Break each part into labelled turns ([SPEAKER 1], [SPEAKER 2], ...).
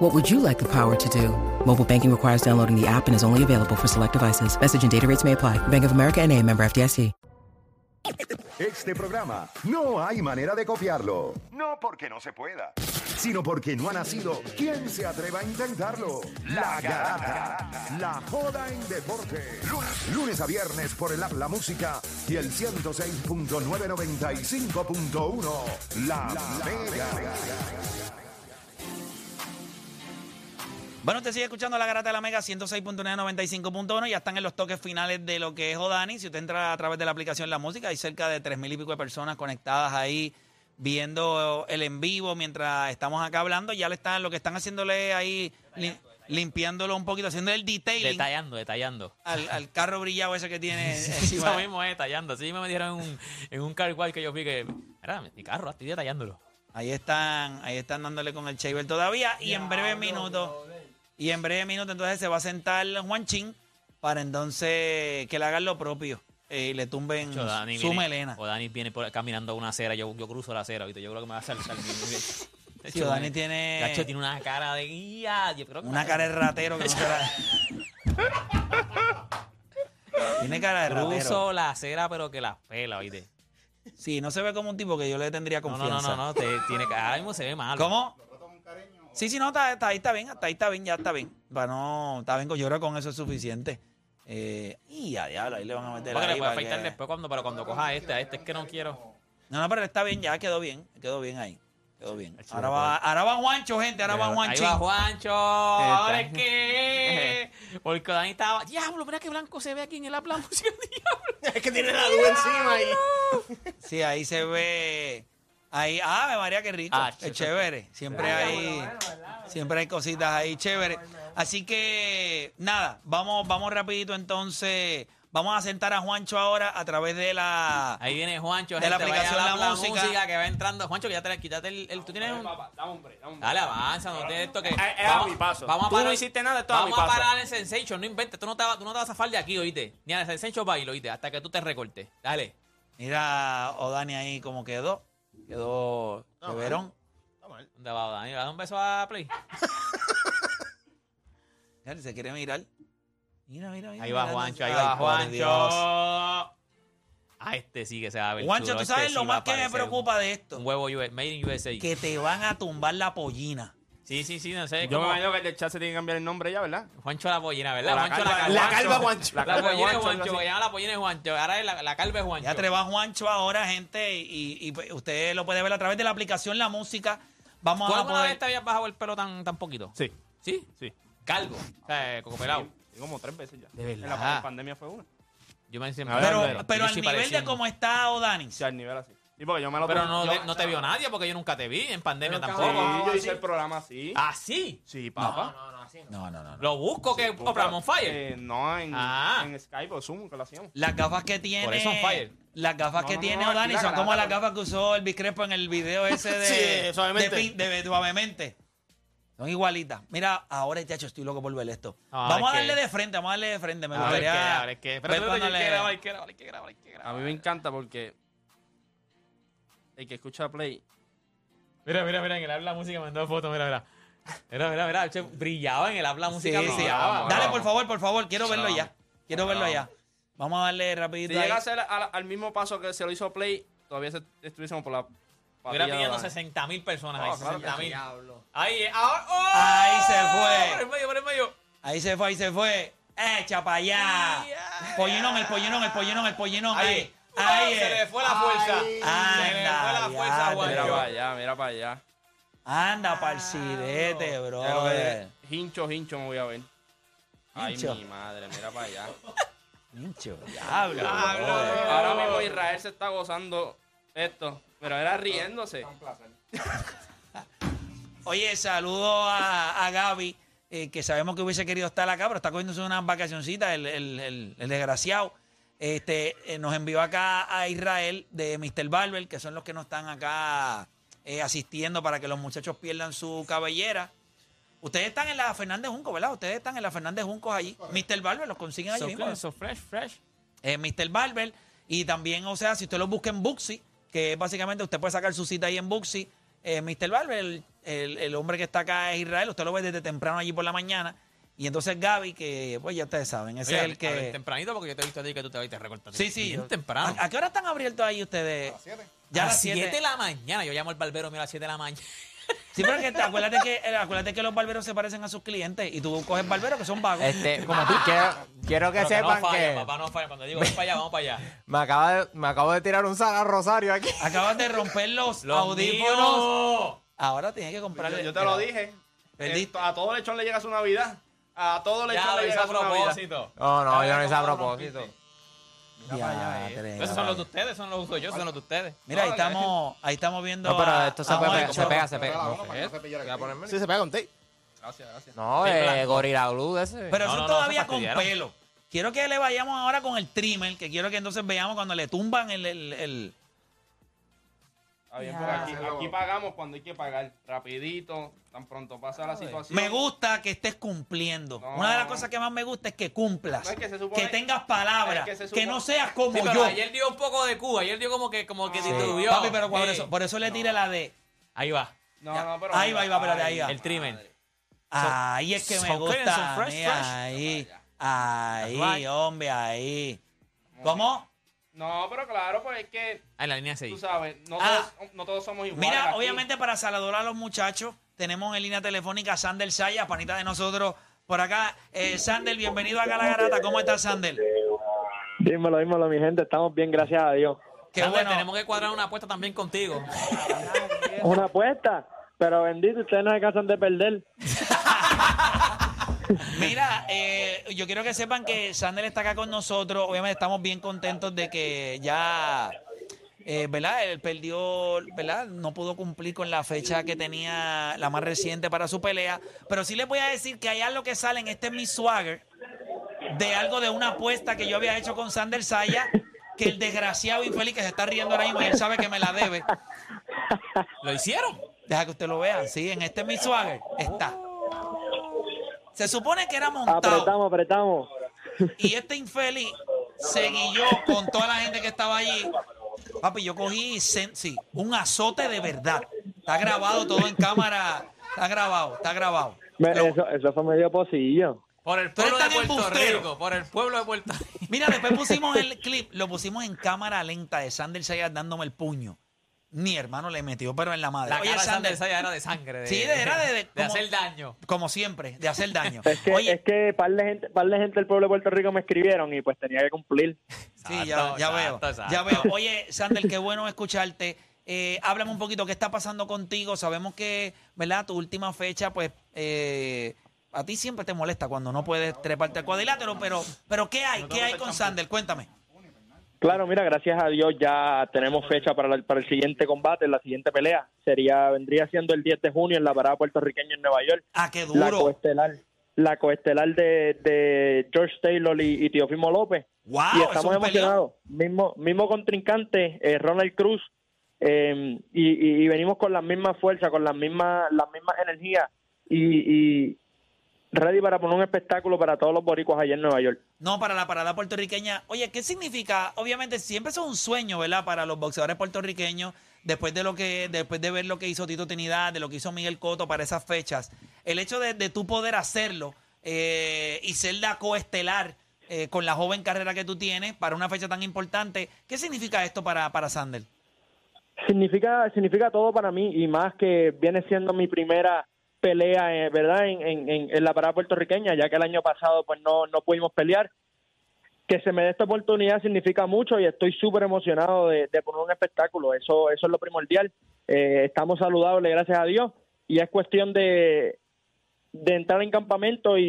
[SPEAKER 1] What would you like the power to do? Mobile banking requires downloading the app and is only available for select devices. Message and data rates may apply. Bank of America and a member FDIC.
[SPEAKER 2] Este programa no hay manera de copiarlo. No porque no se pueda, sino porque no ha nacido quien se atreva a intentarlo. La garata. La joda en deporte. Lunes, lunes a viernes por el app La Música y el 106.995.1. La, Mega.
[SPEAKER 3] Bueno, usted sigue escuchando la garata de la Mega 106.995.1. Ya están en los toques finales de lo que es Odani. Si usted entra a través de la aplicación La Música, hay cerca de tres mil y pico de personas conectadas ahí viendo el en vivo mientras estamos acá hablando. Ya le están, lo que están haciéndole ahí, lim- limpiándolo un poquito, haciendo el detailing
[SPEAKER 4] Detallando, detallando.
[SPEAKER 3] al, al carro brillado ese que tiene
[SPEAKER 4] Eso
[SPEAKER 3] encima.
[SPEAKER 4] mismo es, detallando. Así mismo me dijeron en un, en un car wash que yo vi que, mira, mi carro, estoy detallándolo.
[SPEAKER 3] Ahí están, ahí están dándole con el Shaver todavía. Y en breve minutos, y en breve minutos entonces se va a sentar Juan Chin para entonces que le hagan lo propio eh, y le tumben
[SPEAKER 4] Yo, Dani
[SPEAKER 3] su
[SPEAKER 4] viene- Oh,
[SPEAKER 3] melena.
[SPEAKER 4] O Dani viene por- caminando una acera, yo, yo cruzo la acera, ¿viste? yo creo que me va a saltar. bien, bien. De
[SPEAKER 3] Sí,
[SPEAKER 4] hecho,
[SPEAKER 3] Dani
[SPEAKER 4] Dani-
[SPEAKER 3] tiene-
[SPEAKER 4] Gacho, este tiene una cara de guía. yo creo que-
[SPEAKER 3] Una cara de ratero que no se la- Tiene cara de ratero.
[SPEAKER 4] Cruzo la acera, pero que la pela, oíste.
[SPEAKER 3] Sí, no se ve como un tipo que yo le tendría
[SPEAKER 4] No, no,
[SPEAKER 3] confianza.
[SPEAKER 4] no, no, no, te- tiene cara, ahora mismo se ve mal.
[SPEAKER 3] ¿Cómo? Sí, sí, no, está, está ahí, está bien, hasta ahí está bien, ya está bien. Va, no, está bien, yo creo que con eso es suficiente. Eh, y a diablo, ahí le van a meter
[SPEAKER 4] Porque le
[SPEAKER 3] ahí
[SPEAKER 4] puede
[SPEAKER 3] para
[SPEAKER 4] afeitar
[SPEAKER 3] que-
[SPEAKER 4] después cuando, pero cuando coja este, a este es que no quiero.
[SPEAKER 3] No, no, pero está bien, ya quedó bien, quedó bien ahí. Quedó bien.
[SPEAKER 4] Ahí sí
[SPEAKER 3] Ahora
[SPEAKER 4] me
[SPEAKER 3] va, ahora va Juancho, gente, ahora va
[SPEAKER 4] Ahí
[SPEAKER 3] Juancho.
[SPEAKER 4] va Juancho. Ahora es
[SPEAKER 3] está.
[SPEAKER 4] que. Porque Dani estaba. Diablo, mira que blanco se ve aquí en el app la música. Diablo.
[SPEAKER 5] Es que tiene la luz encima y
[SPEAKER 3] Sí, ahí se ve. Ahí, ah, Ave María, qué rico.
[SPEAKER 4] Ah,
[SPEAKER 3] es
[SPEAKER 4] chico.
[SPEAKER 3] chévere. Siempre hay siempre hay cositas ahí chévere. Así que nada, vamos vamos rapidito entonces. Vamos a sentar a Juancho ahora a través de la
[SPEAKER 4] Ahí viene Juancho.
[SPEAKER 3] De la
[SPEAKER 4] gente, vaya
[SPEAKER 3] aplicación
[SPEAKER 4] al app
[SPEAKER 3] La Música.
[SPEAKER 4] que va entrando. Juancho, que ya te, quítate el, el- Tú tienes un. Dale, avanza, no tienes esto que.
[SPEAKER 5] Eh, eh, a mi paso.
[SPEAKER 4] Vamos a
[SPEAKER 5] Tú
[SPEAKER 4] parar.
[SPEAKER 5] no hiciste nada, esto es a
[SPEAKER 4] Vamos
[SPEAKER 5] mi
[SPEAKER 4] a
[SPEAKER 5] paso.
[SPEAKER 4] parar el Sensation, no inventes. Tú no te, vas- tú no te vas a zafar de aquí, oíste. Ni al Sensation bailo, oíste. Hasta que tú te recortes. Dale.
[SPEAKER 3] Mira Odani ahí como quedó. Quedó Verón.
[SPEAKER 4] ¿Dónde va, Dani? Dale un beso a Play.
[SPEAKER 3] se quiere mirar. Mira, mira, mira.
[SPEAKER 4] Ahí va
[SPEAKER 3] mira,
[SPEAKER 4] Juancho, ahí
[SPEAKER 3] ay,
[SPEAKER 4] va
[SPEAKER 3] por Dios.
[SPEAKER 4] Juancho. Ah, este sí que se va a ver.
[SPEAKER 3] Juancho,
[SPEAKER 4] chulo,
[SPEAKER 3] tú
[SPEAKER 4] este
[SPEAKER 3] sabes
[SPEAKER 4] sí
[SPEAKER 3] lo
[SPEAKER 4] va
[SPEAKER 3] más
[SPEAKER 4] a
[SPEAKER 3] que me
[SPEAKER 4] parecer
[SPEAKER 3] preocupa de
[SPEAKER 4] Un
[SPEAKER 3] esto.
[SPEAKER 4] huevo US, Made in USA.
[SPEAKER 3] Que te van a tumbar la pollina.
[SPEAKER 4] Sí, sí, sí, no sé.
[SPEAKER 5] Yo me
[SPEAKER 4] como
[SPEAKER 5] imagino que el del chat se tiene que cambiar el nombre ya, ¿verdad?
[SPEAKER 4] Juancho la pollina, ¿verdad?
[SPEAKER 5] La
[SPEAKER 4] Juancho la
[SPEAKER 5] calva- la calva Juancho.
[SPEAKER 4] La
[SPEAKER 5] La
[SPEAKER 4] calva
[SPEAKER 5] calva
[SPEAKER 4] de Juancho,
[SPEAKER 5] Juancho, algo
[SPEAKER 4] porque
[SPEAKER 5] así.
[SPEAKER 4] llama la pollina de Juancho. Ahora es la, la calva de Juancho.
[SPEAKER 3] Ya te va Juancho ahora, gente, y, y, pues, usted lo puede ver a través de la aplicación La Música. Vamos
[SPEAKER 4] ¿Tú
[SPEAKER 3] a
[SPEAKER 4] alguna
[SPEAKER 3] poder...
[SPEAKER 4] vez te habías bajado el pelo tan, tan poquito?
[SPEAKER 5] Sí.
[SPEAKER 4] ¿Sí?
[SPEAKER 5] Sí.
[SPEAKER 4] Calvo. O sea, eh, coco pelado.
[SPEAKER 5] Y como tres veces ya.
[SPEAKER 4] De verdad.
[SPEAKER 5] En la pa- pandemia fue una.
[SPEAKER 4] Yo me decía,
[SPEAKER 5] A ver,
[SPEAKER 3] Pero,
[SPEAKER 5] a
[SPEAKER 3] pero,
[SPEAKER 5] ver,
[SPEAKER 3] al nivel de cómo está O'Danis.
[SPEAKER 5] Sí, al nivel así. Y porque yo me lo
[SPEAKER 4] Pero no,
[SPEAKER 5] yo-
[SPEAKER 4] te- no te vio nadie porque yo nunca te vi en pandemia
[SPEAKER 5] Sí,
[SPEAKER 4] tampoco.
[SPEAKER 5] yo hice el programa así.
[SPEAKER 4] ¿Ah, sí?
[SPEAKER 5] Sí, papá.
[SPEAKER 3] No, no, no. no.
[SPEAKER 4] Lo busco que compramos on fire.
[SPEAKER 5] Eh, no, en,
[SPEAKER 4] Ah.
[SPEAKER 5] en Skype o Zoom que lo hacíamos.
[SPEAKER 3] Las gafas que tiene...
[SPEAKER 4] Por eso on fire.
[SPEAKER 3] Las gafas
[SPEAKER 5] No,
[SPEAKER 3] que
[SPEAKER 5] no,
[SPEAKER 3] tiene
[SPEAKER 5] no, aquí
[SPEAKER 3] O'Danis
[SPEAKER 5] la
[SPEAKER 3] son como las
[SPEAKER 5] garata,
[SPEAKER 3] gafas que usó el Biscrepo en el video ese de...
[SPEAKER 5] Sí, suavemente.
[SPEAKER 3] De, pin- de- suavemente. Son igualitas. Mira, ahora, chacho, estoy loco por ver esto.
[SPEAKER 4] Ah,
[SPEAKER 3] vamos a
[SPEAKER 4] es que-
[SPEAKER 3] darle de frente, vamos a darle de frente. Me
[SPEAKER 4] Ahora es que,
[SPEAKER 3] gustaría...
[SPEAKER 4] ahora es que.
[SPEAKER 3] ver
[SPEAKER 4] Espérate,
[SPEAKER 3] Pues
[SPEAKER 4] espérate,
[SPEAKER 3] cuando
[SPEAKER 4] que hay
[SPEAKER 3] le-
[SPEAKER 4] que grabar, hay que grabar, hay que grabar, hay que grabar.
[SPEAKER 5] A mí me encanta porque el que escucha Play.
[SPEAKER 4] Mira, mira, mira, en el habla música me mandó foto, mira, mira. Mira, mira, mira, che, brillaba en el habla
[SPEAKER 3] Sí,
[SPEAKER 4] música,
[SPEAKER 3] sí.
[SPEAKER 4] brillaba.
[SPEAKER 3] Dale,
[SPEAKER 4] Bravo.
[SPEAKER 3] por favor, por favor. Quiero verlo
[SPEAKER 4] Bravo.
[SPEAKER 3] ya. Quiero verlo
[SPEAKER 4] Bravo.
[SPEAKER 3] ya. Vamos a darle
[SPEAKER 5] Si
[SPEAKER 3] rapidito. ahí.
[SPEAKER 5] llega a ser al, al mismo paso que se lo hizo Play, todavía se- estuviésemos por la.
[SPEAKER 4] Estuviera
[SPEAKER 5] patilla de
[SPEAKER 4] pidiendo
[SPEAKER 5] Adán.
[SPEAKER 4] 60 mil personas
[SPEAKER 5] Ah,
[SPEAKER 4] ahí,
[SPEAKER 5] claro que
[SPEAKER 4] 60
[SPEAKER 5] sí.
[SPEAKER 4] mil. Ahí, eh, ahora, ¡oh!
[SPEAKER 3] Ahí se fue.
[SPEAKER 4] Por el medio, por el medio.
[SPEAKER 3] Ahí se fue, ahí se fue. ¡Echa para allá!
[SPEAKER 4] Ya.
[SPEAKER 3] Pollinón, el pollinón, el pollinón, el pollinón. Ahí.
[SPEAKER 4] Ahí.
[SPEAKER 3] Ahí.
[SPEAKER 4] Se le
[SPEAKER 3] es.
[SPEAKER 4] fue la fuerza. se le
[SPEAKER 3] Anda,
[SPEAKER 4] fue la
[SPEAKER 3] diadre.
[SPEAKER 4] fuerza, Juancho.
[SPEAKER 5] Mira para allá, mira para allá.
[SPEAKER 3] Anda, parcidete,
[SPEAKER 5] Ya lo veré.
[SPEAKER 3] bro.
[SPEAKER 5] Hincho, hincho me voy a ver. Ay,
[SPEAKER 3] Hincho.
[SPEAKER 5] mi madre, mira para allá.
[SPEAKER 3] Hincho, diablo. brother.
[SPEAKER 5] Ahora mismo Israel se está gozando esto. Pero era riéndose.
[SPEAKER 3] Oye, saludo a, a Gaby, eh, que sabemos que hubiese querido estar acá, pero está cogiéndose una vacacioncita, el, el- el- el desgraciado. Este, eh, nos envió acá a Israel de Mr. Barber, que son los que nos están acá eh, asistiendo para que los muchachos pierdan su cabellera. Ustedes están en la Fernández Junco, ¿verdad? Ustedes están en la Fernández Juncos allí. Mr. Barber los consiguen allí
[SPEAKER 6] So,
[SPEAKER 3] mismo.
[SPEAKER 6] clean, so fresh, fresh.
[SPEAKER 3] eh, Mr. Barber. Y también, o sea, si usted lo busca en Buxi, que básicamente usted puede sacar su cita ahí en Buxi, eh, Mr. Barber, el, el- el hombre que está acá es Israel, usted lo ve desde temprano allí por la mañana. Y entonces Gaby, que pues ya ustedes saben, ese
[SPEAKER 4] Oye,
[SPEAKER 3] es el que...
[SPEAKER 4] a ver, tempranito porque yo te he visto a ti que tú te vas y te recortas.
[SPEAKER 3] Sí, sí.
[SPEAKER 4] Bien temprano.
[SPEAKER 3] ¿A, a qué hora están abiertos ahí ustedes? Ya a las 7.
[SPEAKER 4] de la mañana. Yo llamo al barbero, mira, a las 7 de la mañana.
[SPEAKER 3] Sí, pero que te- acuérdate, que, eh, acuérdate que los barberos se parecen a sus clientes y tú coges barberos que son vagos.
[SPEAKER 7] Este, como tú, quiero,
[SPEAKER 6] Pero
[SPEAKER 7] quiero que
[SPEAKER 6] que no
[SPEAKER 7] sepan
[SPEAKER 6] falla,
[SPEAKER 7] que
[SPEAKER 6] papá, no falla. Cuando digo, vamos para allá, vamos para allá.
[SPEAKER 7] me, acaba de- me acabo de tirar un Sara Rosario aquí.
[SPEAKER 3] Acabas de romper los,
[SPEAKER 6] Los
[SPEAKER 3] audífonos.
[SPEAKER 6] míos.
[SPEAKER 3] Ahora tienes que
[SPEAKER 5] Yo,
[SPEAKER 3] comprarle.
[SPEAKER 5] yo te lo dije.
[SPEAKER 3] Perdiste.
[SPEAKER 5] Esto- a todo lechón le llega su Navidad. A todo
[SPEAKER 6] Ya
[SPEAKER 5] lechón
[SPEAKER 6] lo
[SPEAKER 5] le
[SPEAKER 6] hice
[SPEAKER 5] llega
[SPEAKER 6] a
[SPEAKER 5] su Navidad.
[SPEAKER 6] propósito.
[SPEAKER 7] No, Oh, no,
[SPEAKER 5] Ya,
[SPEAKER 7] yo no
[SPEAKER 5] ya,
[SPEAKER 7] hice a
[SPEAKER 5] ¿cómo lo
[SPEAKER 7] propósito.
[SPEAKER 5] rompiste?
[SPEAKER 3] Diatre.
[SPEAKER 6] Esos son los de ustedes, son los uso yo, son los de ustedes.
[SPEAKER 3] Mira, ahí
[SPEAKER 5] No,
[SPEAKER 3] estamos, ahí estamos viendo.
[SPEAKER 7] No, pero
[SPEAKER 3] a-
[SPEAKER 7] esto se,
[SPEAKER 3] a
[SPEAKER 7] puede
[SPEAKER 3] Juan
[SPEAKER 7] pegar, se
[SPEAKER 3] Chorro.
[SPEAKER 7] pega, se pega. No, ¿Eh?
[SPEAKER 4] Sí, se pega con ti.
[SPEAKER 7] no
[SPEAKER 6] Sí,
[SPEAKER 7] eh,
[SPEAKER 6] blanco.
[SPEAKER 7] Gorilla Glue de ese.
[SPEAKER 3] Pero
[SPEAKER 6] No,
[SPEAKER 3] eso
[SPEAKER 6] no, no,
[SPEAKER 3] todavía
[SPEAKER 6] se
[SPEAKER 3] con
[SPEAKER 6] fastidiaron.
[SPEAKER 3] pelo. Quiero que le vayamos ahora con el trimmer, que quiero que entonces veamos cuando le tumban el- el- el,
[SPEAKER 5] Está bien, porque aquí, aquí pagamos cuando hay que pagar. Rapidito, tan pronto pasa la situación.
[SPEAKER 3] Me gusta que estés cumpliendo.
[SPEAKER 5] No.
[SPEAKER 3] Una de las cosas que más me gusta es que cumplas.
[SPEAKER 5] No, es
[SPEAKER 3] que,
[SPEAKER 5] que se supone-
[SPEAKER 3] tengas palabras.
[SPEAKER 5] es
[SPEAKER 3] que,
[SPEAKER 5] que se supone-
[SPEAKER 3] no seas como
[SPEAKER 4] Sí, pero
[SPEAKER 3] yo.
[SPEAKER 4] ayer dio un poco de Cuba. Ayer dio como que, como que
[SPEAKER 5] Sí.
[SPEAKER 4] titubió.
[SPEAKER 3] Papi, pero por
[SPEAKER 4] Sí.
[SPEAKER 3] eso, por eso le tire la de.
[SPEAKER 6] Ahí va.
[SPEAKER 5] No,
[SPEAKER 4] Ya.
[SPEAKER 5] no, pero.
[SPEAKER 3] Ahí va, ahí va, espérate, ahí va.
[SPEAKER 5] madre.
[SPEAKER 4] El trimmer.
[SPEAKER 3] Ahí es que me
[SPEAKER 6] son clean,
[SPEAKER 3] gusta.
[SPEAKER 6] son fresh,
[SPEAKER 3] mira,
[SPEAKER 6] fresh.
[SPEAKER 3] Ahí,
[SPEAKER 6] That's
[SPEAKER 3] ahí,
[SPEAKER 6] right.
[SPEAKER 3] hombre, ahí. ¿Cómo?
[SPEAKER 5] No, pero claro, pues es que,
[SPEAKER 4] Ah, en la línea 6.
[SPEAKER 5] tú sabes, no,
[SPEAKER 3] Ah.
[SPEAKER 5] todos, no todos somos iguales.
[SPEAKER 3] Mira,
[SPEAKER 5] aquí.
[SPEAKER 3] obviamente para saludar a los muchachos, tenemos en línea telefónica a Sander Saya, panita de nosotros por acá. Eh, Sander, bienvenido acá a la garata. ¿Cómo estás, Sander?
[SPEAKER 8] Dímelo, dímelo, mi gente, estamos bien, gracias a Dios.
[SPEAKER 3] Qué
[SPEAKER 4] Sander,
[SPEAKER 3] bueno.
[SPEAKER 4] Tenemos que cuadrar una apuesta también contigo.
[SPEAKER 8] Una apuesta, pero bendito, ustedes no se cansan de perder.
[SPEAKER 3] Mira, eh, yo quiero que sepan que Sander está acá con nosotros. Obviamente estamos bien contentos de que ya, eh, ¿verdad? Él perdió, ¿verdad? No pudo cumplir con la fecha que tenía la más reciente para su pelea. Pero sí les voy a decir que hay algo que sale en este Miss Swagger de algo de una apuesta que yo había hecho con Sander Saya, que el desgraciado infeliz que se está riendo ahora mismo, y él sabe que me la debe.
[SPEAKER 4] ¿Lo hicieron?
[SPEAKER 3] Deja que usted lo vea, sí, en este Miss Swagger está. Se supone que era montado.
[SPEAKER 8] Apretamos, apretamos.
[SPEAKER 3] Y este infeliz se guilló con toda la gente que estaba allí. Papi, yo cogí sen- sí, un azote de verdad. Está grabado todo en cámara. Está grabado, está grabado.
[SPEAKER 8] Me-
[SPEAKER 3] Lo-
[SPEAKER 8] eso, eso fue medio pocillo.
[SPEAKER 4] Por el
[SPEAKER 3] Pero
[SPEAKER 4] pueblo de
[SPEAKER 3] están
[SPEAKER 4] Puerto
[SPEAKER 3] embusteros.
[SPEAKER 4] Rico. Por el pueblo de Puerto Rico.
[SPEAKER 3] Mira, después pusimos el clip, lo pusimos en cámara lenta de Sander Sayas dándome el puño. Mi hermano le metió, pero en la madre.
[SPEAKER 4] La
[SPEAKER 3] Oye,
[SPEAKER 4] cara de Sander
[SPEAKER 3] Sander,
[SPEAKER 4] Saya era de sangre. De,
[SPEAKER 3] Sí, de- era de- de-
[SPEAKER 4] de
[SPEAKER 3] como-
[SPEAKER 4] hacer daño.
[SPEAKER 3] como siempre, de hacer daño.
[SPEAKER 8] Es que,
[SPEAKER 3] Oye,
[SPEAKER 8] es que par de gente, par de gente del pueblo de Puerto Rico me escribieron y pues tenía que cumplir.
[SPEAKER 3] Sí, ya,
[SPEAKER 4] Exacto,
[SPEAKER 3] ya veo.
[SPEAKER 4] exacto, exacto.
[SPEAKER 3] Ya veo. Oye, Sander, qué bueno escucharte. Eh, háblame un poquito, ¿qué está pasando contigo? Sabemos que, ¿verdad? Tu última fecha, pues, eh, a ti siempre te molesta cuando no puedes treparte al cuadrilátero, pero, pero ¿qué hay? ¿Qué hay con Sander? Cuéntame.
[SPEAKER 8] Claro, mira, gracias a Dios ya tenemos fecha para, la- para el siguiente combate, la siguiente pelea. Sería, vendría siendo el 10 de junio en la parada puertorriqueña en Nueva York.
[SPEAKER 3] Ah, qué
[SPEAKER 8] La
[SPEAKER 3] duro.
[SPEAKER 8] coestelar, la coestelar de, de George Taylor y, y Teofimo López.
[SPEAKER 3] Wow, es
[SPEAKER 8] y
[SPEAKER 3] un
[SPEAKER 8] estamos
[SPEAKER 3] peleón.
[SPEAKER 8] emocionados. Mismo, mismo contrincante, eh, Ronald Cruz, eh, y, y- y venimos con las mismas fuerzas, con las mismas, las mismas energías y, y ready para poner un espectáculo para todos los boricuas allá en Nueva York.
[SPEAKER 3] No, para la parada puertorriqueña. Oye, ¿qué significa? Obviamente siempre eso es un sueño, ¿verdad? Para los boxeadores puertorriqueños, después de lo que, después de ver lo que hizo Tito Trinidad, de lo que hizo Miguel Cotto para esas fechas, el hecho de, de tú poder hacerlo eh, y ser la coestelar eh, con la joven carrera que tú tienes para una fecha tan importante, ¿qué significa esto para, para Sander?
[SPEAKER 8] Significa, significa todo para mí y más que viene siendo mi primera pelea, eh, ¿verdad? En, en- en- en la parada puertorriqueña, ya que el año pasado pues no, no pudimos pelear. Que se me dé esta oportunidad significa mucho y estoy súper emocionado de, de poner un espectáculo. Eso, eso es lo primordial. Eh, estamos saludables, gracias a Dios. Y es cuestión de, de entrar en campamento y,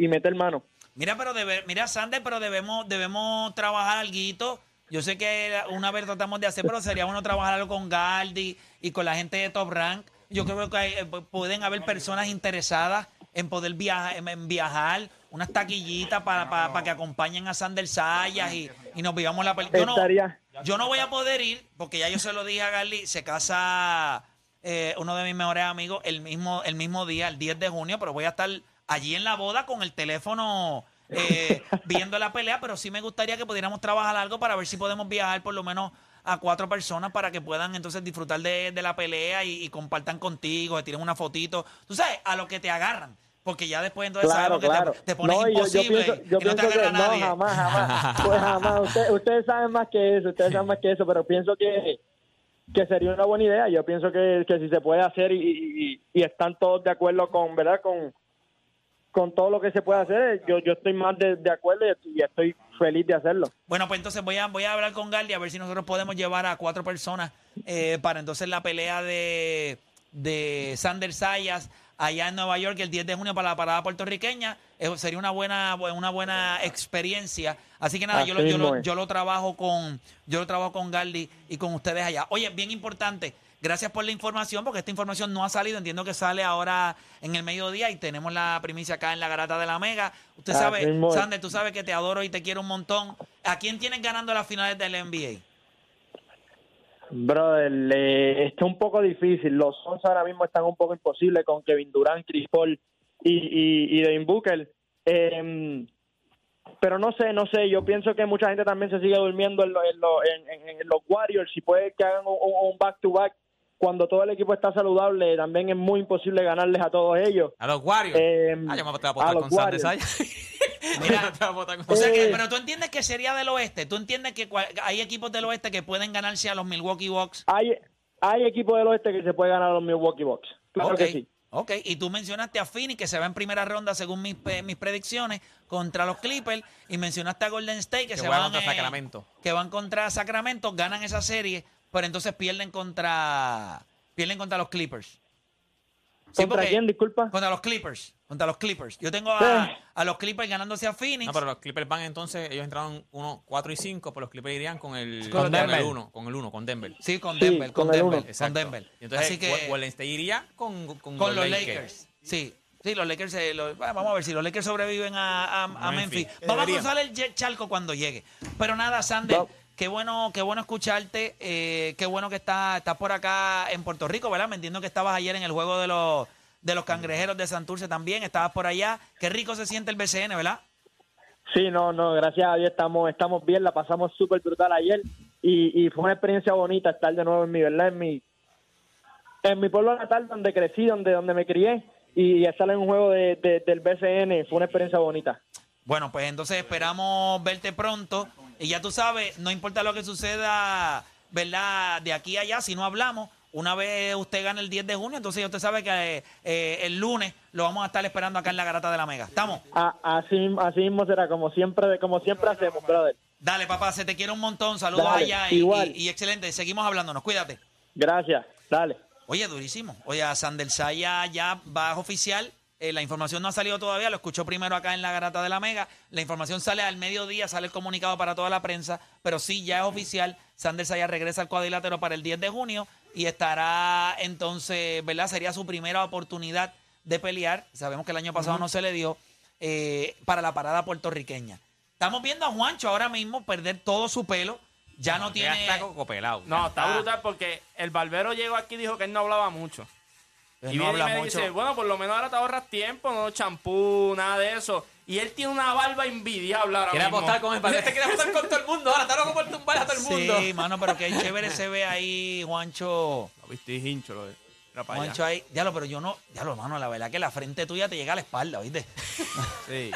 [SPEAKER 8] y- y meter mano.
[SPEAKER 3] Mira, pero debe- mira, Sander, pero debemos, debemos trabajar algo. Yo sé que una vez tratamos de hacer, pero sería bueno trabajar algo con Galdi y con la gente de Top Rank. Yo creo que hay- eh, pueden haber personas interesadas en poder viajar, en, en viajar
[SPEAKER 4] unas taquillitas para, para, para que acompañen a Sander Sayas y, y nos vivamos la película. Yo no,
[SPEAKER 8] Estaría-
[SPEAKER 4] yo no voy a poder ir porque ya yo se lo dije a Garly, se casa eh, uno de mis mejores amigos el mismo, el mismo día, el 10 de junio, pero voy a estar allí en la boda con el teléfono eh, viendo la pelea, pero sí me gustaría que pudiéramos trabajar algo para ver si podemos viajar por lo menos a cuatro personas para que puedan entonces disfrutar de, de la pelea y, y compartan contigo, te tiren una fotito, tú sabes, a lo que te agarran. Porque ya después entonces sabemos
[SPEAKER 8] Claro,
[SPEAKER 4] que te-
[SPEAKER 8] claro.
[SPEAKER 4] te, pones
[SPEAKER 8] No, y yo- yo
[SPEAKER 4] imposible
[SPEAKER 8] pienso- yo
[SPEAKER 4] y no te
[SPEAKER 8] pienso que-
[SPEAKER 4] agarra nadie.
[SPEAKER 8] No, jamás, jamás. Pues jamás. Usted- ustedes saben más que eso, ustedes saben más que eso, pero pienso que, que sería una buena idea. Yo pienso que, que si se puede hacer y, y- y- y están todos de acuerdo con, ¿verdad? Con, con todo lo que se puede hacer, yo, yo estoy más de, de acuerdo y, y estoy feliz de hacerlo.
[SPEAKER 4] Bueno, pues entonces voy a, voy a hablar con Gardi a ver si nosotros podemos llevar a cuatro personas eh, para entonces la pelea de, de Sander Sayas allá en Nueva York el 10 de junio para la parada puertorriqueña. Eso sería una buena, una buena experiencia. Así que nada, yo lo,
[SPEAKER 8] Así
[SPEAKER 4] yo, lo,
[SPEAKER 8] mismo es.
[SPEAKER 4] yo lo trabajo con yo lo trabajo con Gardi y con ustedes allá. Oye, bien importante. Gracias por la información, porque esta información no ha salido. Entiendo que sale ahora en el mediodía y tenemos la primicia acá en la garata de la Mega. Usted
[SPEAKER 8] Así
[SPEAKER 4] sabe,
[SPEAKER 8] mismo es.
[SPEAKER 4] Sander, Tú sabes que te adoro y te quiero un montón. ¿A quién tienes ganando las finales del NBA?
[SPEAKER 8] Brother, eh, está un poco difícil. Los Suns ahora mismo están un poco imposibles con Kevin Durant, Chris Paul y, y, y Devin Booker. Eh, pero no sé, no sé. Yo pienso que mucha gente también se sigue durmiendo en, lo- en lo- en- en- en los Warriors. Si puede que hagan un- un un back-to-back cuando todo el equipo está saludable, también es muy imposible ganarles a todos ellos.
[SPEAKER 7] A los Warriors.
[SPEAKER 8] Eh,
[SPEAKER 7] ah, yo me voy a
[SPEAKER 8] a
[SPEAKER 7] votar
[SPEAKER 8] los
[SPEAKER 7] con Sandes
[SPEAKER 8] Warriors.
[SPEAKER 7] Mira, te voy a votar con
[SPEAKER 4] O sea que,
[SPEAKER 8] Eh.
[SPEAKER 4] pero tú entiendes que sería del oeste. Tú entiendes que cual- hay equipos del oeste que pueden ganarse a los Milwaukee Bucks.
[SPEAKER 8] Hay, hay equipos del oeste que se puede ganar a los Milwaukee Bucks. Claro
[SPEAKER 4] Ok,
[SPEAKER 8] que sí.
[SPEAKER 4] ok. y tú mencionaste a Phoenix que se va en primera ronda según mis, pe- mis predicciones contra los Clippers y mencionaste a Golden State que,
[SPEAKER 7] Que
[SPEAKER 4] se
[SPEAKER 7] juega
[SPEAKER 4] van
[SPEAKER 7] contra Sacramento.
[SPEAKER 4] que van contra Sacramento, ganan esa serie, pero entonces pierden contra pierden contra los Clippers. Sí,
[SPEAKER 8] ¿Contra
[SPEAKER 4] porque-
[SPEAKER 8] quién, disculpa?
[SPEAKER 4] Contra los Clippers. Contra los Clippers. Yo tengo a,
[SPEAKER 8] Eh.
[SPEAKER 4] a los Clippers ganándose a Phoenix.
[SPEAKER 7] No, pero los Clippers van entonces, ellos entraron 1, 4 y 5, pero los Clippers irían con el
[SPEAKER 4] Con Denver.
[SPEAKER 7] 1, con el 1, con Denver.
[SPEAKER 4] Sí, con
[SPEAKER 8] Sí,
[SPEAKER 4] Denver. con,
[SPEAKER 8] con el
[SPEAKER 4] Denver.
[SPEAKER 8] uno.
[SPEAKER 4] Con Denver.
[SPEAKER 7] Y entonces,
[SPEAKER 4] Así que
[SPEAKER 7] Golden State iría con, con,
[SPEAKER 4] con los Lakers. Sí. Sí, los Lakers, eh, los- bueno, vamos a ver si los Lakers sobreviven a, a- a Memphis. Eh,
[SPEAKER 7] Memphis.
[SPEAKER 4] Vamos
[SPEAKER 7] Deberían.
[SPEAKER 4] a cruzar el ye- charco cuando llegue. Pero nada, Sander,
[SPEAKER 8] Va-
[SPEAKER 4] qué bueno qué bueno escucharte, eh, qué bueno que estás estás por acá en Puerto Rico, ¿verdad? Me entiendo que estabas ayer en el juego de los, de los cangrejeros de Santurce también, estabas por allá. Qué rico se siente el BCN, ¿verdad?
[SPEAKER 8] Sí, no, no, gracias a Dios estamos, estamos bien, la pasamos súper brutal ayer y, y fue una experiencia bonita estar de nuevo en mi, ¿verdad? En mi, en mi pueblo natal donde crecí, donde, donde me crié y estar en un juego de, de- del BCN fue una experiencia bonita.
[SPEAKER 4] Bueno, pues entonces esperamos verte pronto. Y ya tú sabes, no importa lo que suceda, ¿verdad? De aquí a allá, si no hablamos, una vez usted gane el 10 de junio, entonces ya usted sabe que eh, eh, el lunes lo vamos a estar esperando acá en la Garata de la Mega. ¿Estamos?
[SPEAKER 8] A- así, así mismo será, como siempre, como siempre hacemos, brother.
[SPEAKER 4] Dale, papá, se te quiere un montón. Saludos
[SPEAKER 8] Dale,
[SPEAKER 4] allá. y-
[SPEAKER 8] igual.
[SPEAKER 4] y- y excelente, seguimos hablándonos. Cuídate.
[SPEAKER 8] Gracias, dale.
[SPEAKER 4] Oye, durísimo. Oye, a Sander Saya ya bajo oficial. Eh, la información no ha salido todavía, lo escuchó primero acá en la garata de la Mega. La información sale al mediodía, sale el comunicado para toda la prensa, pero sí, ya es oficial. Sander Saya regresa al cuadrilátero para el 10 de junio y estará entonces, ¿verdad? Sería su primera oportunidad de pelear. Sabemos que el año pasado no se le dio eh, para la parada puertorriqueña. Estamos viendo a Juancho ahora mismo perder todo su pelo. Ya no,
[SPEAKER 7] Ya
[SPEAKER 4] tiene.
[SPEAKER 7] está cocopelado.
[SPEAKER 5] No,
[SPEAKER 4] Ah.
[SPEAKER 5] está brutal porque el barbero llegó aquí y dijo que él no hablaba mucho.
[SPEAKER 4] Él
[SPEAKER 5] y
[SPEAKER 4] no
[SPEAKER 5] viene
[SPEAKER 4] habla
[SPEAKER 5] y me
[SPEAKER 4] mucho.
[SPEAKER 5] dice, bueno, por lo menos ahora te ahorras tiempo, no champú, nada de eso. Y él tiene una barba envidiable ahora
[SPEAKER 7] Quiere
[SPEAKER 5] mismo.
[SPEAKER 7] apostar con el padre. Este quiere apostar con todo el mundo. Ahora está loco por tumbar a todo el mundo.
[SPEAKER 4] Sí, mano, pero qué chévere se ve ahí, Juancho.
[SPEAKER 5] Lo viste, es hincho, lo de- Mira para
[SPEAKER 4] Juancho ahí. Diablo, pero yo no. Diablo, mano, la verdad que la frente tuya te llega a la espalda, ¿viste?
[SPEAKER 5] allá. Sí.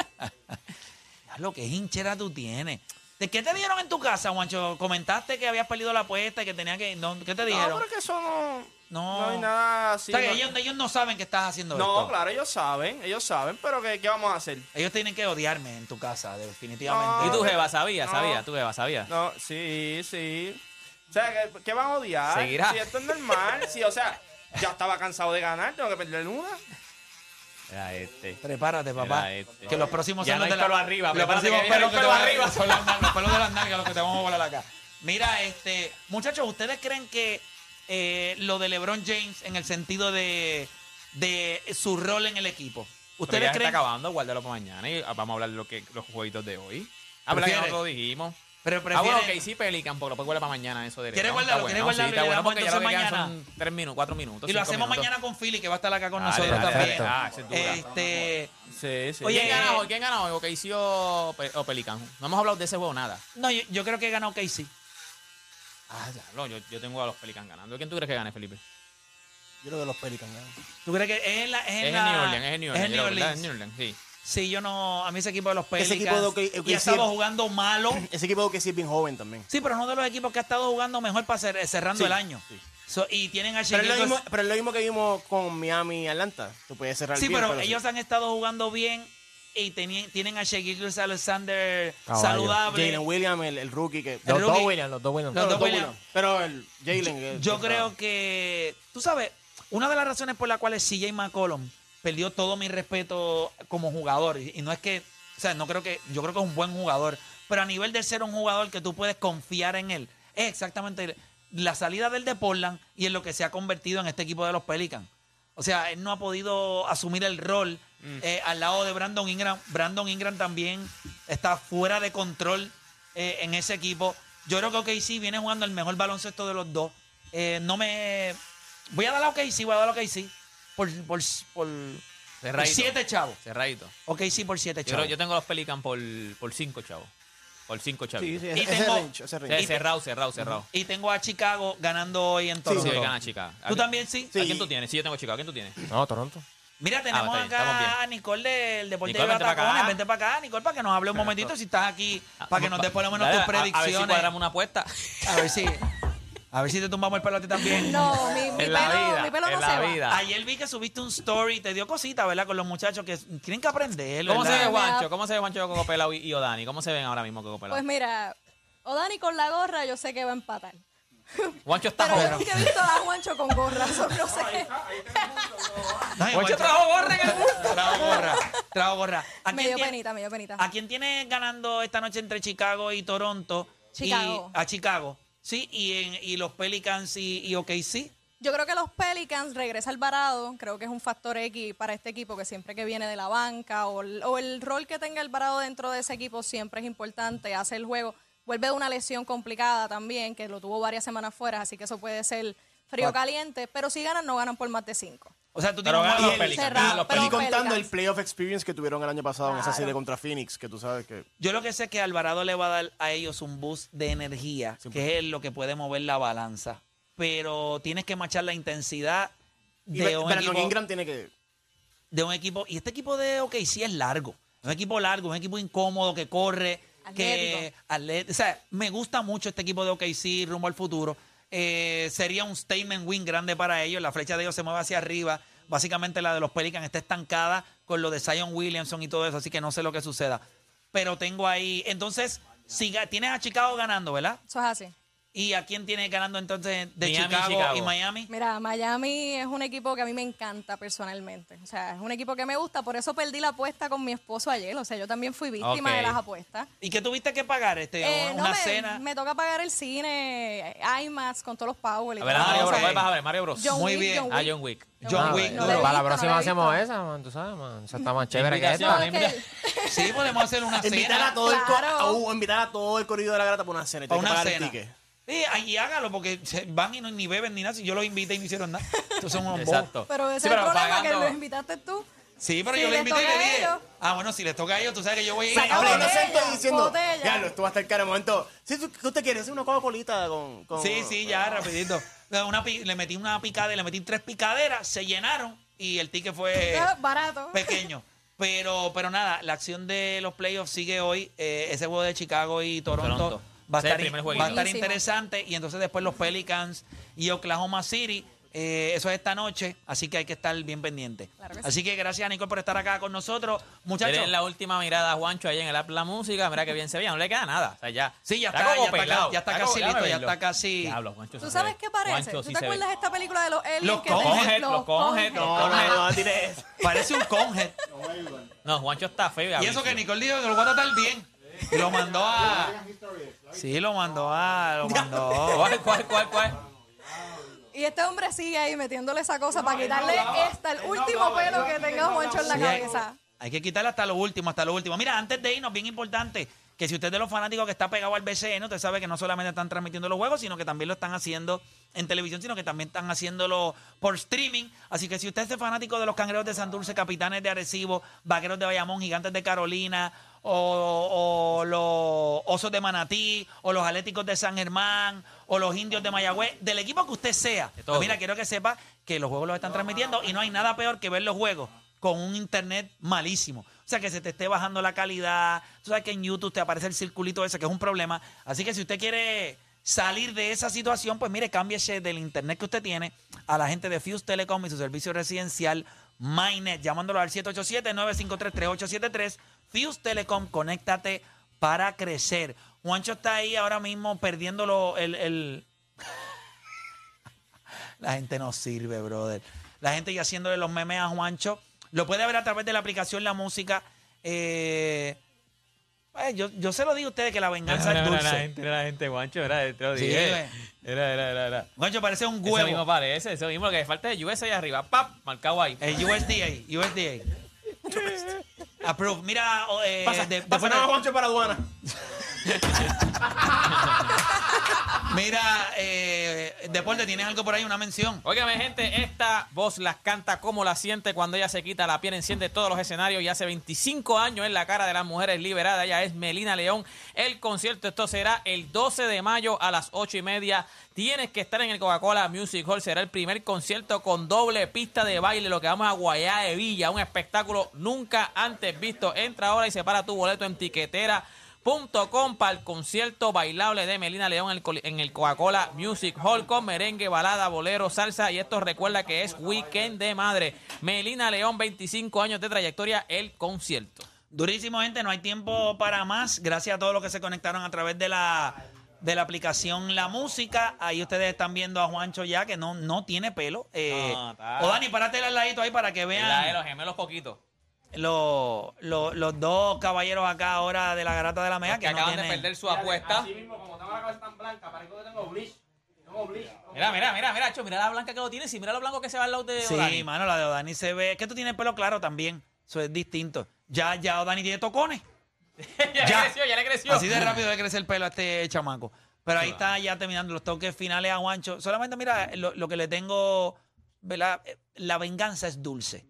[SPEAKER 4] Diablo, qué hinchera tú tienes. ¿De qué te dieron en tu casa, Juancho? Comentaste que habías perdido la apuesta y que tenía que. no, ¿Qué te
[SPEAKER 5] No,
[SPEAKER 4] dijeron?
[SPEAKER 5] pero que eso no...
[SPEAKER 4] No.
[SPEAKER 5] hay nada
[SPEAKER 4] o
[SPEAKER 5] así.
[SPEAKER 4] sea, que
[SPEAKER 5] no-
[SPEAKER 4] ellos, ellos no saben que estás haciendo
[SPEAKER 5] no,
[SPEAKER 4] esto.
[SPEAKER 5] claro, ellos saben, ellos saben, pero ¿qué, qué vamos a hacer?
[SPEAKER 4] Ellos tienen que odiarme en tu casa, definitivamente.
[SPEAKER 5] No.
[SPEAKER 7] Y tu jeva sabía,
[SPEAKER 5] No.
[SPEAKER 7] sabía, tu jeva sabía.
[SPEAKER 5] No, sí, sí. O sea, ¿qué, qué van a odiar?
[SPEAKER 7] Seguirá.
[SPEAKER 5] Si esto es normal, sí, o sea, ya estaba cansado de ganar, tengo que perder una.
[SPEAKER 7] Era este.
[SPEAKER 4] Prepárate, papá.
[SPEAKER 7] Era este.
[SPEAKER 4] Que los próximos
[SPEAKER 7] Ya
[SPEAKER 4] son
[SPEAKER 7] no
[SPEAKER 4] los
[SPEAKER 7] hay pelo arriba,
[SPEAKER 4] Los
[SPEAKER 7] prepárate
[SPEAKER 4] próximos
[SPEAKER 7] que viene
[SPEAKER 4] pelos que
[SPEAKER 7] el
[SPEAKER 4] te
[SPEAKER 7] pelo
[SPEAKER 4] van a-
[SPEAKER 7] arriba.
[SPEAKER 4] son las nalgas, los pelos de las nalgas los que te vamos a volar acá. Mira, este, muchachos, ¿ustedes creen que eh, lo de LeBron James en el sentido de, de su rol en el equipo? Pero
[SPEAKER 3] ¿Ustedes
[SPEAKER 4] ya está
[SPEAKER 3] creen?
[SPEAKER 4] acabando, guárdalo para mañana y vamos a hablar lo que, los jueguitos de hoy. Ah, pero que
[SPEAKER 3] ¿Prefieres?
[SPEAKER 4] nosotros lo dijimos.
[SPEAKER 3] Pero
[SPEAKER 4] Ah, bueno,
[SPEAKER 3] prefieren-
[SPEAKER 4] ok, sí, Pelican, porque lo puedes guardar para mañana eso de
[SPEAKER 3] ¿Quieres guardarlo? ¿Quieres guardarlo?
[SPEAKER 4] Sí, está
[SPEAKER 3] Y le
[SPEAKER 4] bueno
[SPEAKER 3] damos
[SPEAKER 4] porque ya lo que
[SPEAKER 3] entonces
[SPEAKER 4] quedan
[SPEAKER 3] mañana.
[SPEAKER 4] son tres minutos, cuatro minutos.
[SPEAKER 3] Y lo
[SPEAKER 4] cinco
[SPEAKER 3] hacemos
[SPEAKER 4] minutos.
[SPEAKER 3] mañana con Philly, que va a estar acá con
[SPEAKER 4] Dale,
[SPEAKER 3] nosotros
[SPEAKER 4] dale,
[SPEAKER 3] también.
[SPEAKER 4] Ah, ese es dura.
[SPEAKER 3] Este,
[SPEAKER 7] Sí, sí.
[SPEAKER 3] Oye, eh,
[SPEAKER 4] ¿Quién gana hoy? ¿Quién gana hoy? ¿OKC o, Pe- o Pelican? No hemos hablado de ese juego nada.
[SPEAKER 3] no, yo, yo creo que ganó Casey.
[SPEAKER 4] Ah, diablo, yo, yo tengo a los Pelican ganando. ¿Quién tú crees que gane, Felipe?
[SPEAKER 9] Yo creo que los Pelicans ganan.
[SPEAKER 3] ¿Tú crees que es en la es en
[SPEAKER 4] Es en
[SPEAKER 3] la-
[SPEAKER 4] New Orleans, es en New
[SPEAKER 3] en New
[SPEAKER 4] Orleans. yo creo, ¿verdad?
[SPEAKER 3] Orleans?
[SPEAKER 4] Es en New Orleans, sí.
[SPEAKER 3] Sí, yo no, a mí ese equipo de los
[SPEAKER 9] Ese
[SPEAKER 3] Pelicans
[SPEAKER 9] equipo de OKC
[SPEAKER 3] y ha estado jugando malo.
[SPEAKER 9] Ese equipo que sí es bien joven también.
[SPEAKER 3] Sí, pero uno de los equipos que ha estado jugando mejor para cer- cerrando
[SPEAKER 9] Sí,
[SPEAKER 3] el año. So, y tienen a
[SPEAKER 9] Pero es, lo
[SPEAKER 3] Chiquito-
[SPEAKER 9] mismo, pero es lo mismo que vimos con Miami y Atlanta. Tú puedes cerrar
[SPEAKER 3] Sí,
[SPEAKER 9] bien,
[SPEAKER 3] pero,
[SPEAKER 9] sí.
[SPEAKER 3] ellos han estado jugando bien y teni- tienen a Shaquille Gilchrist Alexander
[SPEAKER 7] Caballo.
[SPEAKER 3] saludable.
[SPEAKER 9] Jalen Williams, el, el rookie que...
[SPEAKER 3] el
[SPEAKER 7] Los dos
[SPEAKER 3] rookie-
[SPEAKER 7] Williams, los dos Williams.
[SPEAKER 3] Los dos
[SPEAKER 9] Pero
[SPEAKER 3] Williams.
[SPEAKER 9] Pero el Jalen... que-
[SPEAKER 3] Yo
[SPEAKER 9] que-
[SPEAKER 3] creo que, tú sabes, una de las razones por las cuales CJ McCollum perdió todo mi respeto como jugador, y y no es que, o sea, no creo que, yo creo que es un buen jugador, pero a nivel de ser un jugador que tú puedes confiar en él, es exactamente la salida del de Portland y en lo que se ha convertido en este equipo de los Pelicans. O sea, él no ha podido asumir el rol eh, al lado de Brandon Ingram. Brandon Ingram también está fuera de control eh, en ese equipo. Yo creo que OKC viene jugando el mejor baloncesto de los dos. Eh, no me. Voy a dar a OKC, voy a dar a OKC. Por, por, por, por
[SPEAKER 4] Cerradito.
[SPEAKER 3] siete chavos.
[SPEAKER 4] Cerradito.
[SPEAKER 3] OKC por siete
[SPEAKER 4] Yo, creo-
[SPEAKER 3] chavos.
[SPEAKER 4] yo tengo los Pelican por, por cinco, chavos. Por cinco, chavos. eh,
[SPEAKER 9] Sí, sí,
[SPEAKER 3] Y
[SPEAKER 9] ese,
[SPEAKER 3] tengo-
[SPEAKER 9] range, ese range.
[SPEAKER 3] y te-
[SPEAKER 4] cerrado, cerrado, cerrado.
[SPEAKER 3] Y tengo a Chicago ganando hoy en
[SPEAKER 4] Sí,
[SPEAKER 3] Toronto.
[SPEAKER 4] gana Chicago.
[SPEAKER 3] ¿Tú también sí?
[SPEAKER 4] ¿A quién tú tienes? Sí, yo tengo a Chicago. ¿A quién tú tienes?
[SPEAKER 7] No, Toronto.
[SPEAKER 3] Mira, tenemos
[SPEAKER 4] Ah, está bien, estamos bien.
[SPEAKER 3] acá a Nicole del Deporte
[SPEAKER 4] Nicole,
[SPEAKER 3] de
[SPEAKER 4] vente pa' acá. Ah,
[SPEAKER 3] Batacones. Vente para acá, Nicole, para que nos hable un momentito si estás aquí, para que nos des por lo menos
[SPEAKER 4] Dale,
[SPEAKER 3] tus
[SPEAKER 4] a- A, ver si
[SPEAKER 3] predicciones.
[SPEAKER 4] cuadramos una apuesta.
[SPEAKER 3] A ver si, a ver si te tumbamos el pelo a ti también.
[SPEAKER 10] No, mi, mi
[SPEAKER 4] en
[SPEAKER 10] pelo,
[SPEAKER 4] la vida.
[SPEAKER 10] mi pelo no
[SPEAKER 4] en
[SPEAKER 10] se
[SPEAKER 4] la
[SPEAKER 10] va.
[SPEAKER 4] vida.
[SPEAKER 3] Ayer vi que subiste un story, te dio cosita, ¿verdad? Con los muchachos que tienen que aprender.
[SPEAKER 4] ¿Cómo se
[SPEAKER 3] ¿verdad?
[SPEAKER 4] ve
[SPEAKER 10] Me da-
[SPEAKER 4] Juancho? ¿Cómo se ve Juancho Coco Pelao y, y Odani? ¿Cómo se ven ahora mismo Coco Pelao?
[SPEAKER 10] Pues mira, Odani con la gorra yo sé que va a empatar.
[SPEAKER 4] Juancho está
[SPEAKER 10] Pero yo
[SPEAKER 4] joven.
[SPEAKER 10] nunca he visto a Juancho con gorra, eso no sé.
[SPEAKER 3] Ay,
[SPEAKER 4] Juancho
[SPEAKER 3] Juancho,
[SPEAKER 4] trajo gorra en el mundo.
[SPEAKER 3] Trago gorra, trago gorra. ¿A
[SPEAKER 10] Me
[SPEAKER 3] quién,
[SPEAKER 10] dio
[SPEAKER 3] tiene,
[SPEAKER 10] penita, me dio penita.
[SPEAKER 3] ¿A quién tiene ganando esta noche entre Chicago y Toronto?
[SPEAKER 10] Chicago.
[SPEAKER 3] Y, a Chicago, sí. Y, en, y los Pelicans y, y OKC.
[SPEAKER 10] Yo creo que los Pelicans regresa al varado, creo que es un factor X para este equipo que siempre que viene de la banca o el, o el rol que tenga el varado dentro de ese equipo siempre es importante, hace el juego, vuelve de una lesión complicada también, que lo tuvo varias semanas fuera, así que eso puede ser frío caliente, pero si ganan, no ganan por más de cinco.
[SPEAKER 3] O sea, tú
[SPEAKER 4] Pero
[SPEAKER 3] tienes
[SPEAKER 4] ganan
[SPEAKER 3] un
[SPEAKER 4] los
[SPEAKER 9] Y el-
[SPEAKER 4] Pelicans.
[SPEAKER 10] cerrado,
[SPEAKER 4] ganan los
[SPEAKER 10] pero-
[SPEAKER 9] Y
[SPEAKER 4] Pelicans.
[SPEAKER 9] contando el
[SPEAKER 10] Pelicans.
[SPEAKER 9] playoff experience que tuvieron el año pasado en esa
[SPEAKER 10] Claro.
[SPEAKER 9] serie contra Phoenix, que tú sabes que...
[SPEAKER 3] Yo lo que sé es que Alvarado le va a dar a ellos un boost de energía, que es lo que puede mover la balanza. Pero tienes que machar la intensidad
[SPEAKER 9] Y
[SPEAKER 3] de un,
[SPEAKER 9] Brandon
[SPEAKER 3] equipo,
[SPEAKER 9] Ingram tiene que...
[SPEAKER 3] de un equipo. Y este equipo de OKC es largo. Es un equipo largo, un equipo incómodo que corre. Que, atlet- o sea, me gusta mucho este equipo de OKC rumbo al futuro. Eh, sería un statement win grande para ellos. La flecha de ellos se mueve hacia arriba. Básicamente la de los Pelicans está estancada con lo de Zion Williamson y todo eso. Así que no sé lo que suceda. Pero tengo ahí. Entonces, si ga- tienes a Chicago ganando, ¿verdad?
[SPEAKER 10] Eso es así.
[SPEAKER 3] ¿Y a quién tienes ganando entonces de
[SPEAKER 4] Miami y
[SPEAKER 3] Chicago, y
[SPEAKER 4] Chicago.
[SPEAKER 3] Miami?
[SPEAKER 10] Mira, Miami es un equipo que a mí me encanta personalmente. O sea, es un equipo que me gusta. Por eso perdí la apuesta con mi esposo ayer. O sea, yo también fui víctima
[SPEAKER 4] Ok.
[SPEAKER 10] de las apuestas.
[SPEAKER 3] ¿Y qué tuviste que pagar? Este,
[SPEAKER 10] Eh,
[SPEAKER 3] una
[SPEAKER 10] no, me,
[SPEAKER 3] cena.
[SPEAKER 10] me toca pagar el cine, IMAX con todos los Powell. y
[SPEAKER 4] A ver, a
[SPEAKER 10] todo.
[SPEAKER 9] Ah,
[SPEAKER 4] Mario
[SPEAKER 10] O sea,
[SPEAKER 4] Bros.
[SPEAKER 3] Ok.
[SPEAKER 4] Vas a ver, Mario Bros.
[SPEAKER 10] Ah, John
[SPEAKER 3] Muy
[SPEAKER 10] Wick,
[SPEAKER 3] bien.
[SPEAKER 10] John
[SPEAKER 4] Ah,
[SPEAKER 10] Wick.
[SPEAKER 4] John Wick.
[SPEAKER 3] John
[SPEAKER 7] Ah,
[SPEAKER 3] Wick,
[SPEAKER 7] eh,
[SPEAKER 3] no
[SPEAKER 10] lo he
[SPEAKER 7] Para
[SPEAKER 10] visto,
[SPEAKER 7] la
[SPEAKER 10] no
[SPEAKER 7] próxima
[SPEAKER 10] lo he
[SPEAKER 7] hacemos
[SPEAKER 10] visto.
[SPEAKER 7] esa, man. Tú sabes, man. Esa está más chévere que
[SPEAKER 10] No,
[SPEAKER 7] esta.
[SPEAKER 10] es que-
[SPEAKER 3] Sí, podemos hacer una cena.
[SPEAKER 9] Invitar a todo el co-
[SPEAKER 10] Claro.
[SPEAKER 9] a un- invitar a todo el corrido de la grata para una cena. y
[SPEAKER 3] para
[SPEAKER 9] tiene que
[SPEAKER 3] una
[SPEAKER 9] pagar el
[SPEAKER 3] cena.
[SPEAKER 9] ticket.
[SPEAKER 3] Sí, ahí y hágalo, porque se- van y no, ni beben ni nada. Si yo los invité y no hicieron nada. Estos son unos bobos.
[SPEAKER 4] Ah, Exacto.
[SPEAKER 10] pero ese
[SPEAKER 4] Sí,
[SPEAKER 10] es el problema que
[SPEAKER 4] pagando-
[SPEAKER 10] lo invitaste tú.
[SPEAKER 3] Sí, pero
[SPEAKER 10] Si
[SPEAKER 3] yo los
[SPEAKER 10] les
[SPEAKER 3] invité y
[SPEAKER 10] toca
[SPEAKER 3] le
[SPEAKER 10] a
[SPEAKER 3] dije.
[SPEAKER 10] ellos.
[SPEAKER 3] Ah, bueno, si les toca a ellos, tú sabes que yo voy a ir.
[SPEAKER 9] Ah, Pero
[SPEAKER 10] Eh, botella,
[SPEAKER 9] inocente diciendo,
[SPEAKER 10] botella.
[SPEAKER 9] ya, esto va a estar caro. De momento, si tú, ¿qué usted quiere? ¿Hacer una Coca-Colita con, con-
[SPEAKER 3] Sí, sí, ya, rapidito. No, una pi- le metí una picadera, le metí tres picaderas, se llenaron y el ticket fue
[SPEAKER 10] Es barato.
[SPEAKER 3] pequeño. Pero, pero nada, la acción de los playoffs sigue hoy. Eh, ese juego de Chicago y Toronto,
[SPEAKER 4] Toronto.
[SPEAKER 3] Va, a
[SPEAKER 4] Ese es el
[SPEAKER 3] estar,
[SPEAKER 4] primer
[SPEAKER 3] va a
[SPEAKER 4] jueguito.
[SPEAKER 3] estar
[SPEAKER 10] Buenísimo.
[SPEAKER 3] interesante. Y entonces después los Pelicans y Oklahoma City. Eh, eso es esta noche, así que hay que estar bien pendiente.
[SPEAKER 10] Claro que sí.
[SPEAKER 3] así que gracias, Nicole, por estar acá con nosotros. Muchachos,
[SPEAKER 4] Miren la última mirada a Juancho ahí en el app La Música. Mira que bien se veía. No le queda nada. O sea, ya.
[SPEAKER 3] Sí, ya está,
[SPEAKER 4] como
[SPEAKER 3] ya está ca-
[SPEAKER 4] pelado.
[SPEAKER 3] ya está
[SPEAKER 4] como-
[SPEAKER 3] casi listo,
[SPEAKER 4] déjame
[SPEAKER 3] ya
[SPEAKER 4] verlo.
[SPEAKER 3] está casi-
[SPEAKER 4] Diablo, Juancho.
[SPEAKER 10] ¿Tú
[SPEAKER 4] se
[SPEAKER 10] sabes
[SPEAKER 4] ve.
[SPEAKER 10] qué parece?
[SPEAKER 4] Juancho
[SPEAKER 10] ¿Tú
[SPEAKER 4] sí
[SPEAKER 10] te
[SPEAKER 4] se ve.
[SPEAKER 10] acuerdas de este esta película de los aliens?
[SPEAKER 3] Los
[SPEAKER 10] que tenían-
[SPEAKER 4] Conjet, los Conjet, los
[SPEAKER 9] No,
[SPEAKER 4] Conjet.
[SPEAKER 9] no, no, tire eso.
[SPEAKER 3] parece un conjet.
[SPEAKER 4] No, Juancho está feo.
[SPEAKER 3] Y eso que Nicole dijo que lo va a tratar bien. Y lo mandó a. Sí, lo mandó a. Lo mandó.
[SPEAKER 4] ¿Cuál, cuál, cuál, cuál?
[SPEAKER 10] Y Y este hombre sigue ahí metiéndole esa cosa para
[SPEAKER 5] él no
[SPEAKER 10] quitarle
[SPEAKER 5] hablaba,
[SPEAKER 10] hasta el
[SPEAKER 5] él no
[SPEAKER 10] último
[SPEAKER 5] hablaba,
[SPEAKER 10] pelo
[SPEAKER 5] yo
[SPEAKER 10] que
[SPEAKER 5] aquí
[SPEAKER 10] tenga
[SPEAKER 5] no
[SPEAKER 10] Juancho en la
[SPEAKER 3] Sí, hay-
[SPEAKER 10] cabeza.
[SPEAKER 3] Hay que quitarle hasta lo último, hasta lo último. Mira, antes de irnos, bien importante, que si usted es de los fanáticos que está pegado al BCN, usted sabe que no solamente están transmitiendo los juegos, sino que también lo están haciendo en televisión, sino que también están haciéndolo por streaming. Así que si usted es fanático de los Cangrejeros de Santurce, Capitanes de Arecibo, Vaqueros de Bayamón, Gigantes de Carolina, o, o los Osos de Manatí, o los Atléticos de San Germán, o los Indios de Mayagüez, del equipo que usted sea. pues
[SPEAKER 4] todo.
[SPEAKER 3] Mira, quiero que sepa que los juegos los están transmitiendo y no hay nada peor que ver los juegos con un internet malísimo. O sea, que se te esté bajando la calidad. Tú sabes que en YouTube te aparece el circulito ese, que es un problema. Así que si usted quiere salir de esa situación, pues mire, cámbiese del internet que usted tiene a la gente de Fuse Telecom y su servicio residencial MyNet, llamándolo al 787-953-3873. Fuse Telecom, conéctate para crecer. Juancho está ahí ahora mismo perdiendo lo- el- el, la gente no sirve, brother. La gente ya haciéndole los memes a Juancho. Lo puede ver a través de la aplicación La Música. Eh, eh, yo, yo se lo digo a ustedes que la venganza
[SPEAKER 6] Era, era,
[SPEAKER 3] es dulce.
[SPEAKER 6] era la gente, era la gente, guancho, era, te lo
[SPEAKER 3] Sí,
[SPEAKER 6] dije.
[SPEAKER 3] eh.
[SPEAKER 6] Era, era, era, era.
[SPEAKER 3] Juancho parece un
[SPEAKER 4] Eso mismo
[SPEAKER 3] huevo.
[SPEAKER 4] parece, eso mismo. Lo que falta es US ahí arriba. ¡Pap! Marcado ahí.
[SPEAKER 3] El USDA. USDA. Approve. Mira, oh, eh,
[SPEAKER 9] Pasa,
[SPEAKER 3] de-
[SPEAKER 9] pasa
[SPEAKER 3] después
[SPEAKER 9] nada,
[SPEAKER 3] de-
[SPEAKER 9] Juancho para aduana.
[SPEAKER 3] mira eh, Deporte, ¿tienes algo por ahí? Una mención.
[SPEAKER 4] Óigame, gente, esta voz las canta como la siente cuando ella se quita la piel, enciende todos los escenarios y hace 25 años en la cara de las mujeres liberadas. Ella es Melina León. El concierto, esto será el 12 de mayo a las 8 y media. Tienes que estar en el Coca-Cola Music Hall. Será el primer concierto con doble pista de baile, lo que vamos a Guayá de Villa. Un espectáculo nunca antes visto. Entra ahora y separa tu boleto en tiquetera. Com para el concierto bailable de Melina León en el coli- en el Coca-Cola Music Hall con merengue, balada, bolero, salsa y esto recuerda que es Weekend de Madre. Melina León, 25 años de trayectoria, el concierto.
[SPEAKER 3] Durísimo, gente. No hay tiempo para más. Gracias a todos los que se conectaron a través de la, de la aplicación La Música. Ahí ustedes están viendo a Juancho ya, que no, no tiene pelo. Eh,
[SPEAKER 4] No, está.
[SPEAKER 3] o Dani, párate al ladito ahí para que
[SPEAKER 4] La de
[SPEAKER 3] vean
[SPEAKER 4] los gemelos poquitos.
[SPEAKER 3] lo- lo- los dos caballeros acá ahora de la garata de la mega.
[SPEAKER 4] Que,
[SPEAKER 3] Que, no
[SPEAKER 4] acaban
[SPEAKER 3] tienen- Ah,
[SPEAKER 4] de perder su apuesta.
[SPEAKER 5] Así mismo, como tengo la cabeza tan blanca, parezco que tengo bleach. Tengo bleach.
[SPEAKER 4] Mira, mira, mira, mira, Cho, mira la blanca que lo tiene y mira lo blanco que se va al lado de
[SPEAKER 3] Sí,
[SPEAKER 4] Dani.
[SPEAKER 3] mano, la de Odani se ve. Es que tú tienes pelo claro también. Eso es distinto. Ya, ya Odani tiene tocones.
[SPEAKER 4] ya,
[SPEAKER 3] ya.
[SPEAKER 4] le creció, ya le creció.
[SPEAKER 3] Así de rápido le crece el pelo a este chamaco. Pero ahí está ya terminando los toques finales a Juancho. Solamente mira lo, lo que le tengo, ¿verdad? Eh, La venganza es dulce.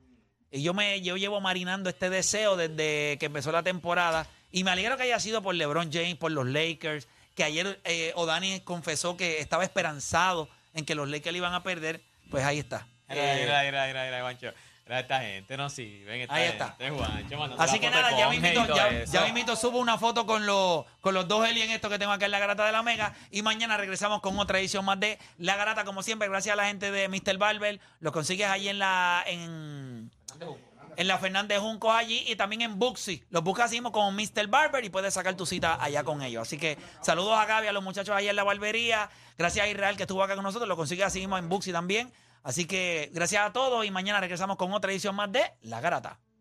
[SPEAKER 3] Y yo me yo llevo marinando este deseo desde que empezó la temporada. Y me alegro que haya sido por LeBron James, por los Lakers, que ayer eh, O'Dani confesó que estaba esperanzado en que los Lakers iban a perder. Pues ahí está.
[SPEAKER 6] Era,
[SPEAKER 3] Eh,
[SPEAKER 6] era, era, era, era, Guancho. Era esta gente, no sirven. Esta
[SPEAKER 3] Ahí está.
[SPEAKER 6] gente, Guancho, mandando
[SPEAKER 3] Así
[SPEAKER 6] la
[SPEAKER 3] que
[SPEAKER 6] foto
[SPEAKER 3] nada,
[SPEAKER 6] con eh,
[SPEAKER 3] ya
[SPEAKER 6] Jorge y
[SPEAKER 3] mismito,
[SPEAKER 6] todo
[SPEAKER 3] ya,
[SPEAKER 6] eso.
[SPEAKER 3] ya mismito subo una foto con los, con los dos aliens estos que tengo acá en la garata de la Mega. Y mañana regresamos con otra edición más de La Garata, como siempre, gracias a la gente de Mr. Barber. Los consigues ahí en la, en, en la Fernández Junco allí y también en Buxi. Los buscas así mismo como Mr. Barber y puedes sacar tu cita allá con ellos. Así que saludos a Gaby, a los muchachos allá en la barbería. Gracias a Israel que estuvo acá con nosotros. Lo consigues así mismo en Buxi también. Así que gracias a todos y mañana regresamos con otra edición más de La Garata.